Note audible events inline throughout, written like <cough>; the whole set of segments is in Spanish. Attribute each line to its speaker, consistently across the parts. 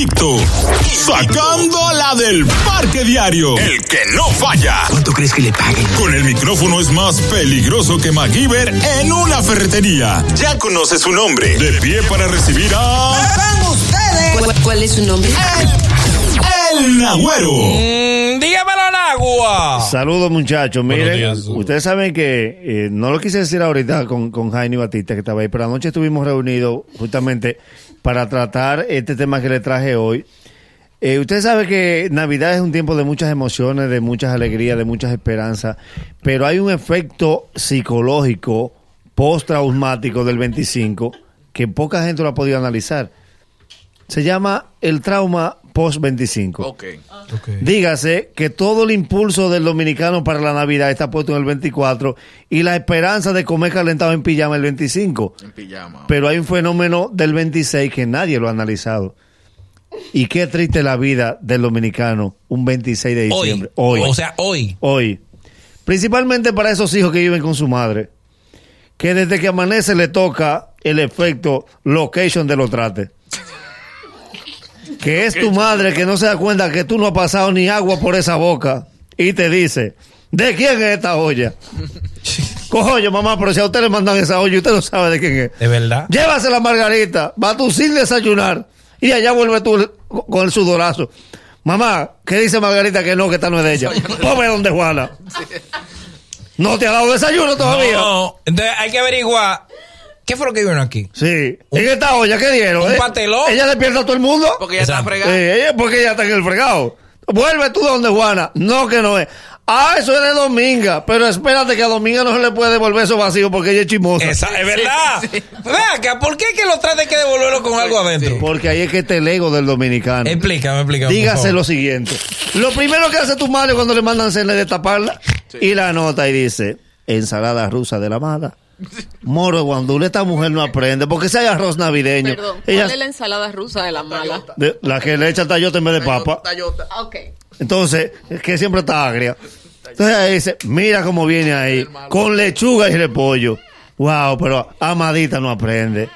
Speaker 1: Exacto. Sacando a la del parque diario. El que no falla.
Speaker 2: ¿Cuánto crees que le paguen?
Speaker 1: Con el micrófono es más peligroso que MacGyver en una ferretería. Ya conoce su nombre. De pie para recibir a.
Speaker 3: ¿Cuál, cuál es su nombre?
Speaker 1: El Nagüero.
Speaker 4: Mm, dígamelo al agua.
Speaker 5: Saludos muchachos,
Speaker 4: Buenos
Speaker 5: miren,
Speaker 4: días.
Speaker 5: ustedes saben que eh, no lo quise decir ahorita con, con Jaime Batista que estaba ahí, pero anoche estuvimos reunidos justamente para tratar este tema que le traje hoy. Eh, ustedes saben que Navidad es un tiempo de muchas emociones, de muchas alegrías, de muchas esperanzas, pero hay un efecto psicológico postraumático del 25 que poca gente lo ha podido analizar. Se llama el trauma post-25. Dígase que todo el impulso del dominicano para la Navidad está puesto en el 24 y la esperanza de comer calentado en pijama el 25.
Speaker 6: En pijama.
Speaker 5: Pero hay un fenómeno del 26 que nadie lo ha analizado. Y qué triste la vida del dominicano un 26
Speaker 4: Hoy,
Speaker 5: de diciembre. Hoy.
Speaker 4: O sea, hoy.
Speaker 5: hoy. Principalmente para esos hijos que viven con su madre. Que desde que amanece le toca el efecto location de los trates. Que es tu madre que no se da cuenta que tú no has pasado ni agua por esa boca y te dice, ¿de quién es esta olla? Cojo yo, mamá, pero si a usted le mandan esa olla, usted no sabe de quién es.
Speaker 4: De verdad.
Speaker 5: Llévase la margarita, va tú sin desayunar y allá vuelve tú con el sudorazo. Mamá, ¿qué dice Margarita que no, que esta no es de ella? Pobre donde Juana. ¿No te ha dado desayuno todavía?
Speaker 4: No. Entonces hay que averiguar. ¿Qué fue lo que vieron aquí?
Speaker 5: Sí. ¿En esta olla qué dieron?
Speaker 4: un
Speaker 5: eh?
Speaker 4: pastelón.
Speaker 5: ¿Ella despierta a todo el mundo?
Speaker 6: Porque ya está
Speaker 4: Exacto.
Speaker 6: fregado.
Speaker 5: Eh, ella- porque ella está en el fregado. Vuelve tú donde Juana. No, que no es. Ah, eso es de Dominga. Pero espérate que a Dominga no se le puede devolver eso vacío porque ella es chismosa.
Speaker 4: Esa, es verdad.
Speaker 6: sí.
Speaker 4: Venga, ¿por qué que lo trate hay que devolverlo con algo adentro?
Speaker 5: Porque ahí es que está el ego del dominicano.
Speaker 4: Explícame, explícame. por
Speaker 5: Dígase
Speaker 4: favor.
Speaker 5: lo siguiente. Lo primero que hace tu madre cuando le mandan cena es destaparla y la anota y dice, ensalada rusa de la amada. Moro de guandule, esta mujer no aprende porque si hay arroz navideño.
Speaker 7: Perdón, ¿cuál
Speaker 5: ella-
Speaker 7: es la ensalada rusa de la mala?
Speaker 5: de- la que le echa tallota en vez de papa.
Speaker 6: Tayota.
Speaker 7: Ah, Ok.
Speaker 5: Entonces, es que siempre está agria. Entonces ella dice, mira cómo viene ahí, con lechuga y repollo. Wow, pero amadita no aprende.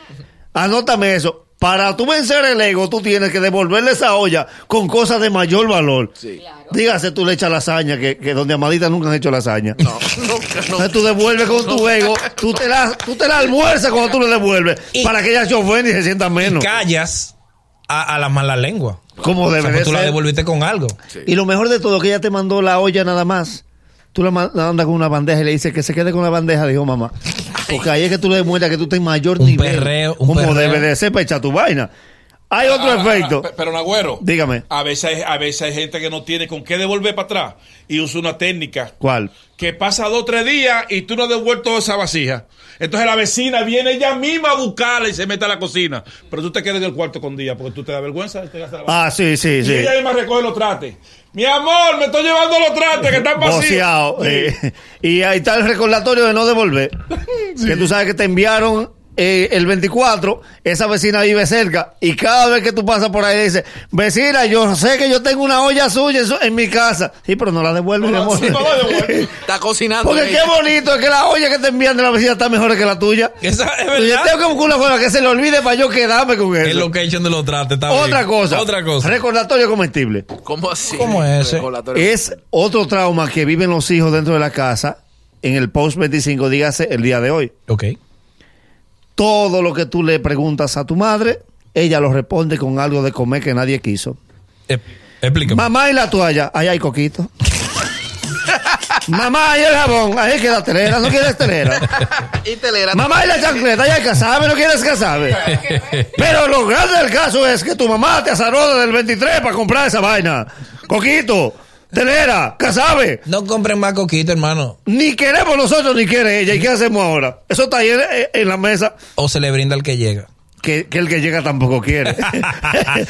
Speaker 5: Anótame eso. Para tú vencer el ego, tú tienes que devolverle esa olla con cosas de mayor valor. Dígase, tú le echas lasaña, que, que donde amadita nunca han hecho lasaña.
Speaker 6: No, nunca, no.
Speaker 5: Entonces tú devuelves con tu ego, tú te la, tú te la almuerzas cuando tú le devuelves,
Speaker 4: Y-
Speaker 5: para que ella se ofenda y se sienta menos.
Speaker 4: Callas a, a la mala lengua.
Speaker 5: Como
Speaker 4: O sea,
Speaker 5: debe
Speaker 4: pues
Speaker 5: de
Speaker 4: tú la
Speaker 5: ser.
Speaker 4: devolviste con algo.
Speaker 5: Y lo mejor de todo que ella te mandó la olla nada más. Tú la ma- la mandas con una bandeja y le dices que se quede con la bandeja, dijo mamá. Porque ahí es que tú le demuestras que tú estás en mayor
Speaker 4: Un
Speaker 5: nivel.
Speaker 4: perreo, un
Speaker 5: como
Speaker 4: perreo.
Speaker 5: debe de ser para echar tu vaina. Hay otro
Speaker 8: Ah, ah,
Speaker 5: efecto.
Speaker 8: ah, pe- pero Nagüero.
Speaker 5: Dígame.
Speaker 8: A veces, hay- a veces hay gente que no tiene con qué devolver para atrás y usa una técnica
Speaker 5: ¿Cuál?
Speaker 8: que pasa dos o tres días y tú no has devuelto esa vasija. Entonces la vecina viene ella misma a buscarla y se mete a la cocina. Pero tú te quedas en el cuarto con día porque tú te da vergüenza. y te gastas la vasija.
Speaker 5: Ah, sí, sí, sí.
Speaker 8: Y ella misma recoge los trates. Mi amor, me estoy llevando los trates que están vacíos.
Speaker 5: Boceado, eh. y ahí está el recordatorio de no devolver. Que tú sabes que te enviaron eh, el 24, esa vecina vive cerca, y cada vez que tú pasas por ahí dices, vecina, yo sé que yo tengo una olla suya en su- en mi casa. Sí, pero no la devuelve, mi
Speaker 8: Pero
Speaker 5: amor.
Speaker 8: sí, <laughs> no
Speaker 5: <laughs>
Speaker 8: la devuelve.
Speaker 6: Está cocinando.
Speaker 5: Porque qué
Speaker 6: ella.
Speaker 5: bonito es que la olla que te envían de la vecina está mejor que la tuya.
Speaker 4: Esa es
Speaker 5: Pues Yo
Speaker 4: verdad.
Speaker 5: tengo que buscar una cosa que se le olvide para yo quedarme con
Speaker 4: Es
Speaker 5: eso.
Speaker 4: lo que echan de los trates. está
Speaker 5: Otra
Speaker 4: bien.
Speaker 5: cosa.
Speaker 4: Otra cosa.
Speaker 5: Recordatorio comestible.
Speaker 6: ¿Cómo así?
Speaker 4: ¿Cómo es ese?
Speaker 6: Recordatorio.
Speaker 5: Es otro trauma que viven los hijos dentro de la casa en el post 25, dígase el día de hoy.
Speaker 4: ok. Eh,
Speaker 5: Todo lo que tú le preguntas a tu madre, ella lo responde con algo de comer que nadie quiso.
Speaker 4: Ep- explícame.
Speaker 5: Mamá y la toalla, ahí hay coquito. Mamá y el jabón, ahí queda telera, no quieres telera.
Speaker 6: <laughs> Y telera.
Speaker 5: Mamá y la chancleta, ya casabe, no quieres casabe. Pero lo grande del caso es que tu mamá te azaró desde el 23 para comprar esa vaina. Coquito, telera, casabe.
Speaker 4: No compren más coquito, hermano.
Speaker 5: Ni queremos nosotros ni quiere ella. ¿Y qué hacemos ahora? Eso está ahí en, en la mesa
Speaker 4: O se le brinda al que llega.
Speaker 5: que, que el que llega tampoco
Speaker 4: <laughs>
Speaker 5: quiere.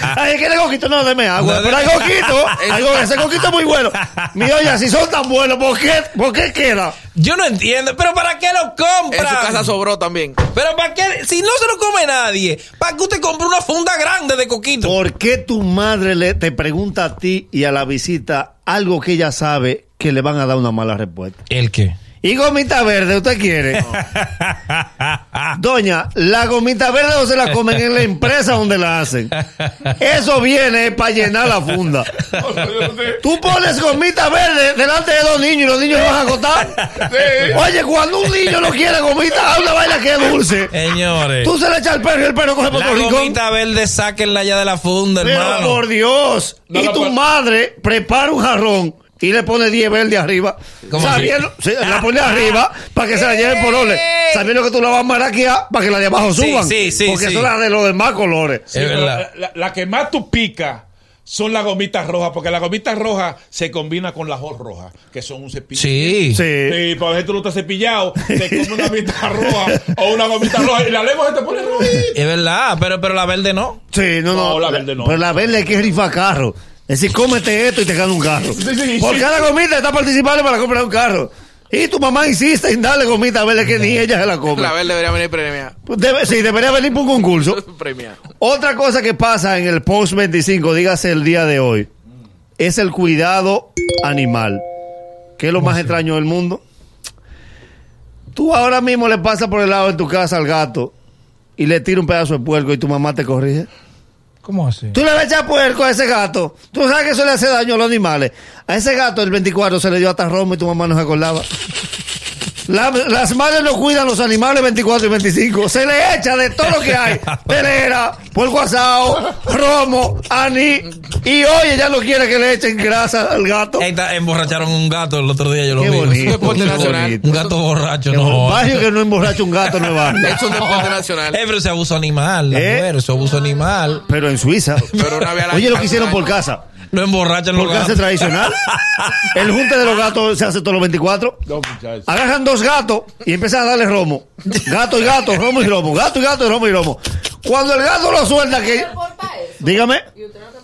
Speaker 5: Ay, ¿quiere coquito? No, deme agua.
Speaker 4: No,
Speaker 5: Pero hay
Speaker 4: deme- <laughs>
Speaker 5: coquito. hay co- ese coquito es muy bueno. Mi olla, si son tan buenos, ¿por qué, por qué queda?
Speaker 4: Yo no entiendo. ¿Pero para qué lo
Speaker 6: En su
Speaker 4: compran?
Speaker 6: casa sobró también.
Speaker 4: Pero para qué, si no se lo come nadie, ¿para qué usted compra una funda grande de coquito?
Speaker 5: ¿Por qué tu madre le, te pregunta a ti y a la visita algo que ella sabe que le van a dar una mala respuesta?
Speaker 4: ¿El qué?
Speaker 5: ¿Y gomita verde usted quiere? Doña, la gomita verde no se la comen en la empresa donde la <laughs> hacen. Eso viene para llenar la funda. Tú pones gomita verde delante de dos niños y los niños van a agotar. Oye, cuando un niño no quiere gomita, hay una vaina que es dulce.
Speaker 4: <laughs> Señores.
Speaker 5: Tú se la echas al perro y el perro coge por
Speaker 4: Eh, La
Speaker 5: tu rincón.
Speaker 4: gomita verde, sáquenla ya de la funda,
Speaker 5: Pero
Speaker 4: hermano.
Speaker 5: por Dios,
Speaker 8: No
Speaker 5: y
Speaker 8: la
Speaker 5: tu
Speaker 8: pon-
Speaker 5: madre prepara un jarrón y le pone 10 verdes arriba.
Speaker 4: ¿Cómo
Speaker 5: Sabiendo, Sí, la pone arriba para que se la lleven por orden. Sabiendo que tú la vas a maraquear para que la de abajo
Speaker 4: Sí,
Speaker 5: suban.
Speaker 4: sí, sí,
Speaker 5: porque
Speaker 4: sí.
Speaker 5: son las de los demás colores.
Speaker 8: Sí,
Speaker 4: es
Speaker 8: pero eh,
Speaker 4: verdad.
Speaker 8: La, la que más tú pica son las gomitas rojas, porque las gomitas rojas se combina con las hojas rojas, que son un cepillo.
Speaker 4: Sí.
Speaker 5: Sí.
Speaker 8: Sí, por ejemplo, tú no estás cepillado, te comes una gomita <laughs> roja o una gomita roja y la lengua se te pone rojita.
Speaker 4: Es verdad, pero, pero la verde no.
Speaker 5: Sí, no, no.
Speaker 8: No, la verde no.
Speaker 5: Pero la verde hay que rifar carro. Es decir, cómete esto y te gana un carro.
Speaker 8: sí,
Speaker 5: Por
Speaker 8: sí.
Speaker 5: cada gomita está participando para comprar un carro. Y tu mamá insiste en darle gomita verde que ni ella se la come.
Speaker 6: La verde debería venir premiada.
Speaker 5: Debe- sí, debería venir por un concurso.
Speaker 6: <laughs> Premiada.
Speaker 5: Otra cosa que pasa en el post 25, dígase el día de hoy, es el cuidado animal, que es lo más extraño del mundo. Tú ahora mismo le pasas por el lado de tu casa al gato y le tira un pedazo de puerco y tu mamá te corrige.
Speaker 2: ¿Cómo así?
Speaker 5: Tú le vas a echar puerco a ese gato. Tú sabes que eso le hace daño a los animales. A ese gato el 24 se le dio hasta Roma y tu mamá no se acordaba. La- las madres no cuidan los animales 24 y 25. Se le echa de todo lo que hay.
Speaker 2: <laughs>
Speaker 5: Telera, puerco asado, romo, aní. Y hoy ella no quiere que le echen grasa al gato.
Speaker 4: Esta- emborracharon un gato el otro día, yo lo
Speaker 5: Qué
Speaker 4: vi.
Speaker 5: bonito.
Speaker 6: deporte
Speaker 5: qué
Speaker 6: nacional.
Speaker 5: bonito.
Speaker 4: Un gato borracho,
Speaker 5: Qué
Speaker 4: no.
Speaker 5: bonito. Vaya que no emborracha un gato en
Speaker 6: <laughs>
Speaker 5: Nueva York.
Speaker 6: Es un deporte nacional.
Speaker 4: Eh, pero ese abuso animal, la
Speaker 5: ¿Eh?
Speaker 4: mujer, ese abuso animal.
Speaker 5: Pero en Suiza.
Speaker 6: Pero una vez a la-
Speaker 5: Oye, lo que hicieron por casa.
Speaker 4: Lo emborrachan los
Speaker 5: Por casa
Speaker 4: gatos.
Speaker 5: tradicional. El junte de los gatos se hace todos los 24.
Speaker 8: No, muchachos.
Speaker 5: Agarran dos gatos y empiezan a darle romo. Gato y gato, romo y romo. Gato y gato, romo y romo. Cuando el gato lo suelta, que. Dígame.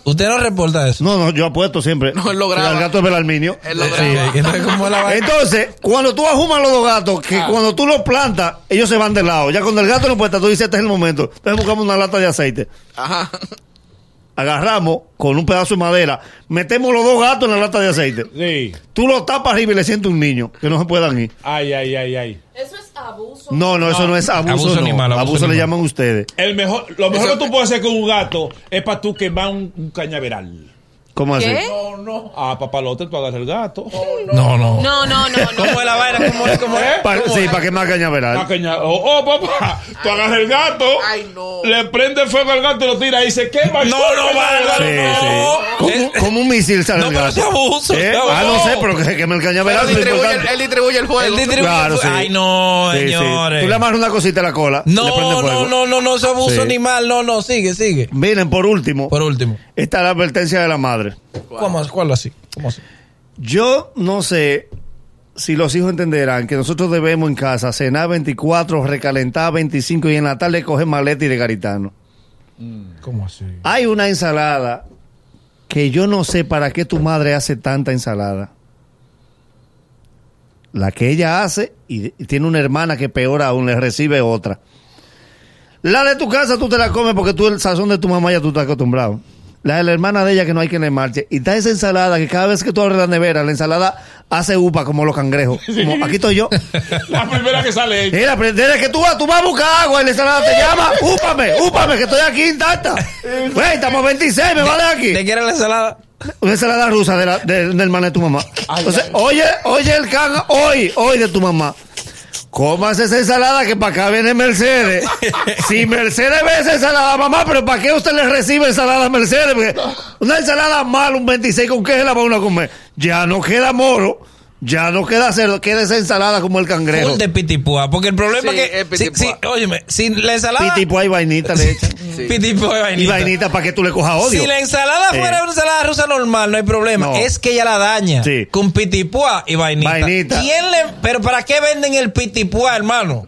Speaker 4: Usted no reporta eso.
Speaker 5: No, no, yo apuesto siempre.
Speaker 6: No, él lo graba.
Speaker 5: El gato es Belarminio.
Speaker 6: Él lo
Speaker 4: Sí,
Speaker 6: graba.
Speaker 4: entonces, ¿cómo es la vaina?
Speaker 5: Entonces, cuando tú ajumas los dos gatos, que
Speaker 6: Ah.
Speaker 5: cuando tú los plantas, ellos se van de lado. Ya cuando el gato no puede estar, tú dices, este es el momento. Entonces buscamos una lata de aceite.
Speaker 6: Ajá.
Speaker 5: Agarramos con un pedazo de madera, metemos los dos gatos en la lata de aceite.
Speaker 8: Sí.
Speaker 5: Tú los tapas arriba y le sientes un niño, que no se puedan ir.
Speaker 8: Ay, ay, ay, ay.
Speaker 7: Eso es abuso.
Speaker 5: No, no, eso no es abuso.
Speaker 4: Abuso
Speaker 5: no.
Speaker 4: animal, abuso
Speaker 5: abuso le
Speaker 4: animal.
Speaker 5: llaman ustedes.
Speaker 8: El mejor, lo mejor
Speaker 6: Eso-
Speaker 8: que tú puedes hacer con un gato es para tú quemar un, un cañaveral.
Speaker 5: ¿Cómo así?
Speaker 7: ¿Qué?
Speaker 8: Ah, papalote, tú agarras el gato.
Speaker 4: No, no.
Speaker 7: No, no, no. no.
Speaker 4: ¿Cómo es la vaina? ¿Cómo es? ¿Cómo
Speaker 8: ¿Eh?
Speaker 4: es?
Speaker 5: Pa- sí, para quemar
Speaker 8: Ah,
Speaker 5: cañaveral.
Speaker 8: caña- oh, oh, papá, tú agarras el gato,
Speaker 6: Ay, no.
Speaker 8: le prende fuego al gato y lo tira y se quema.
Speaker 4: No,
Speaker 8: <laughs>
Speaker 4: no, bárbaro,
Speaker 5: Sí,
Speaker 4: no.
Speaker 5: sí. Como, como un misil sale
Speaker 4: Eh, No,
Speaker 5: el
Speaker 4: pero
Speaker 5: gato.
Speaker 4: ese abuso,
Speaker 5: ¿Eh?
Speaker 4: no,
Speaker 5: Ah, no
Speaker 4: no.
Speaker 5: sé, pero que se queme el cañaveral.
Speaker 6: <laughs> Él
Speaker 5: es
Speaker 6: distribuye, el,
Speaker 5: importante.
Speaker 6: él distribuye el
Speaker 4: El
Speaker 6: juego.
Speaker 4: distribuidor-
Speaker 5: Claro, sí.
Speaker 4: Ay, no,
Speaker 5: Sí, sí.
Speaker 4: señores.
Speaker 5: Tú le amarras una cosita a la cola. le prende
Speaker 4: No,
Speaker 5: fuego.
Speaker 4: no, no, no, no, eso es abuso
Speaker 5: Sí.
Speaker 4: animal. No, no, sigue, sigue.
Speaker 5: Miren, por último,
Speaker 4: Por último.
Speaker 5: está la advertencia de la madre.
Speaker 4: ¿Cómo, ¿Cuál así? ¿Cómo así?
Speaker 5: Yo no sé si los hijos entenderán que nosotros debemos en casa cenar 24, recalentar 25 y en la tarde coger maleta y de garitano.
Speaker 2: ¿Cómo así?
Speaker 5: Hay una ensalada que yo no sé para qué tu madre hace tanta ensalada. La que ella hace y, y tiene una hermana que peor aún le recibe otra. La de tu casa tú te la comes porque tú el sazón de tu mamá ya tú estás acostumbrado. La de la hermana de ella que no hay quien le marche. Y está esa ensalada que cada vez que tú abres la nevera, la ensalada hace upa como los cangrejos. Como, aquí estoy yo.
Speaker 8: La primera
Speaker 4: <laughs>
Speaker 8: que sale es
Speaker 5: Mira, pero desde que tú vas, tú vas a buscar agua y la ensalada te llama. Úpame, úpame, que estoy aquí intacta. Güey, estamos 26, me vale aquí.
Speaker 4: ¿Te quieres la ensalada?
Speaker 5: Una ensalada rusa de la- de- del man de tu mamá. Entonces, oye, oye el can hoy, hoy de tu mamá. Cómase esa ensalada que para acá viene Mercedes.
Speaker 4: <laughs>
Speaker 5: Si Mercedes ve esa ensalada, mamá, pero ¿para qué usted le recibe ensalada a Mercedes? Porque una ensalada mal, un 26, ¿con qué se la va uno a comer? Ya no queda moro, ya no queda cerdo, queda esa ensalada como el cangrejo.
Speaker 4: Full de pitipúa. Porque el problema
Speaker 6: Sí,
Speaker 4: es que.
Speaker 6: es
Speaker 4: sí,
Speaker 6: pitipúa.
Speaker 4: sí, óyeme, si la ensalada.
Speaker 5: Y tipo pues, hay vainita le echan.
Speaker 6: Sí.
Speaker 4: Pitipúa y vainita.
Speaker 5: Y vainita para que tú le cojas odio.
Speaker 4: Si la ensalada fuera
Speaker 5: Eh.
Speaker 4: una ensalada rusa normal, no hay problema.
Speaker 5: No.
Speaker 4: Es que ella la daña.
Speaker 5: Sí.
Speaker 4: Con pitipúa y vainita.
Speaker 5: Vainita.
Speaker 4: ¿Quién le- pero para qué venden el pitipúa, hermano?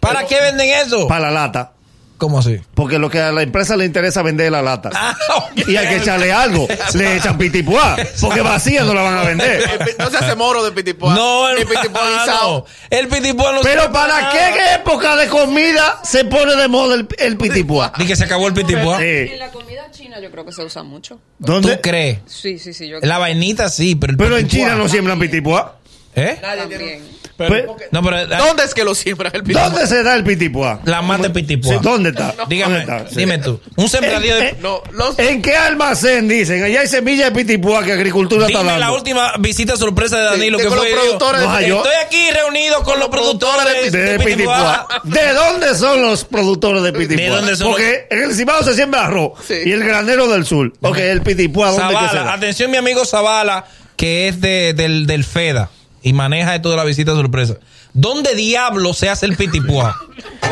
Speaker 4: ¿Para qué venden eso?
Speaker 5: Para la lata.
Speaker 4: ¿Cómo así?
Speaker 5: Porque lo que a la empresa le interesa es vender la lata.
Speaker 4: Ah, ok.
Speaker 5: Y hay que echarle algo. Le echan pitipuá. Porque vacía no la van a
Speaker 6: El
Speaker 5: vender.
Speaker 6: pi- No se hace moro de pitipoa.
Speaker 4: No,
Speaker 6: Ni pitipoa guisado.
Speaker 4: hermano. El pitipúa no
Speaker 5: Pero
Speaker 4: sirve
Speaker 5: ¿para qué
Speaker 4: nada.
Speaker 5: en época de comida se pone de moda el, el pitipuá?
Speaker 4: Di que se acabó el pitipúa.
Speaker 5: Sí.
Speaker 7: En la comida china yo creo que se usa mucho.
Speaker 5: ¿Dónde?
Speaker 4: ¿Tú crees?
Speaker 7: Sí, sí, sí. Yo
Speaker 4: La vainita sí, pero el
Speaker 5: Pero en
Speaker 4: pitipúa-
Speaker 5: China no siembran pitipuá.
Speaker 4: ¿Eh?
Speaker 6: Nadie tiene-
Speaker 7: También.
Speaker 8: Pero,
Speaker 5: Pe-
Speaker 4: No, pero eh,
Speaker 6: ¿Dónde es que lo siembran el pitipua?
Speaker 5: ¿Dónde se da el pitipuá?
Speaker 4: la mata de pitipua.
Speaker 5: Sí, ¿Dónde está?
Speaker 4: Dígame,
Speaker 5: ¿Dónde está? Sí. Eh,
Speaker 4: dime tú. Un sembradío de...
Speaker 6: No, los-
Speaker 5: ¿En qué almacén dicen? Allá hay semillas de pitipuá que agricultura está
Speaker 4: Dime
Speaker 5: dando.
Speaker 4: la última visita sorpresa de Danilo
Speaker 6: de-
Speaker 4: que
Speaker 6: con los
Speaker 4: fue...
Speaker 6: productores
Speaker 5: de- No, yo-
Speaker 4: Estoy aquí reunido con los productores de,
Speaker 5: de
Speaker 4: de
Speaker 5: Pitipuá.
Speaker 4: Pitipua.
Speaker 5: ¿De dónde son los productores de Pitipuá?
Speaker 4: Este, ¿De dónde son
Speaker 5: Porque en el Cibao se siembra arroz
Speaker 6: Sí.
Speaker 5: y el granero del sur. Ok, el Pitipuá, ¿dónde que se
Speaker 4: Zavala,
Speaker 5: da?
Speaker 4: atención mi amigo Zavala, que es de, del, del FEDA y maneja esto de la visita sorpresa. ¿Dónde diablo se hace el
Speaker 6: <laughs>
Speaker 4: pitipua?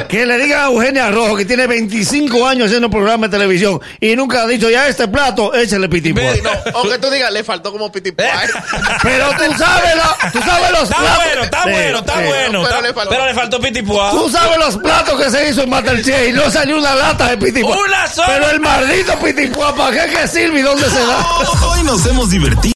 Speaker 5: Que le digan a Eugenia Rojo, que tiene 25 años haciendo programa de televisión y nunca ha dicho, ya este plato, échale Pitipuá.
Speaker 6: Sí, no, aunque tú digas, le faltó como pitipua.
Speaker 4: Eh.
Speaker 5: Pero tú sabes, la- tú sabes los
Speaker 4: Está
Speaker 5: platos.
Speaker 4: bueno, está
Speaker 5: Sí,
Speaker 4: bueno, está
Speaker 5: sí.
Speaker 4: bueno.
Speaker 6: Pero
Speaker 4: está-
Speaker 6: le faltó-
Speaker 4: pero le faltó pitipua.
Speaker 5: Tú sabes los platos que se hizo en Masterchef y no salió una lata de pitipuá.
Speaker 4: Una sola. <laughs>
Speaker 5: Pero el maldito pitipuá, ¿para qué que sirve y dónde se da?
Speaker 1: <laughs> Hoy nos hemos divertido.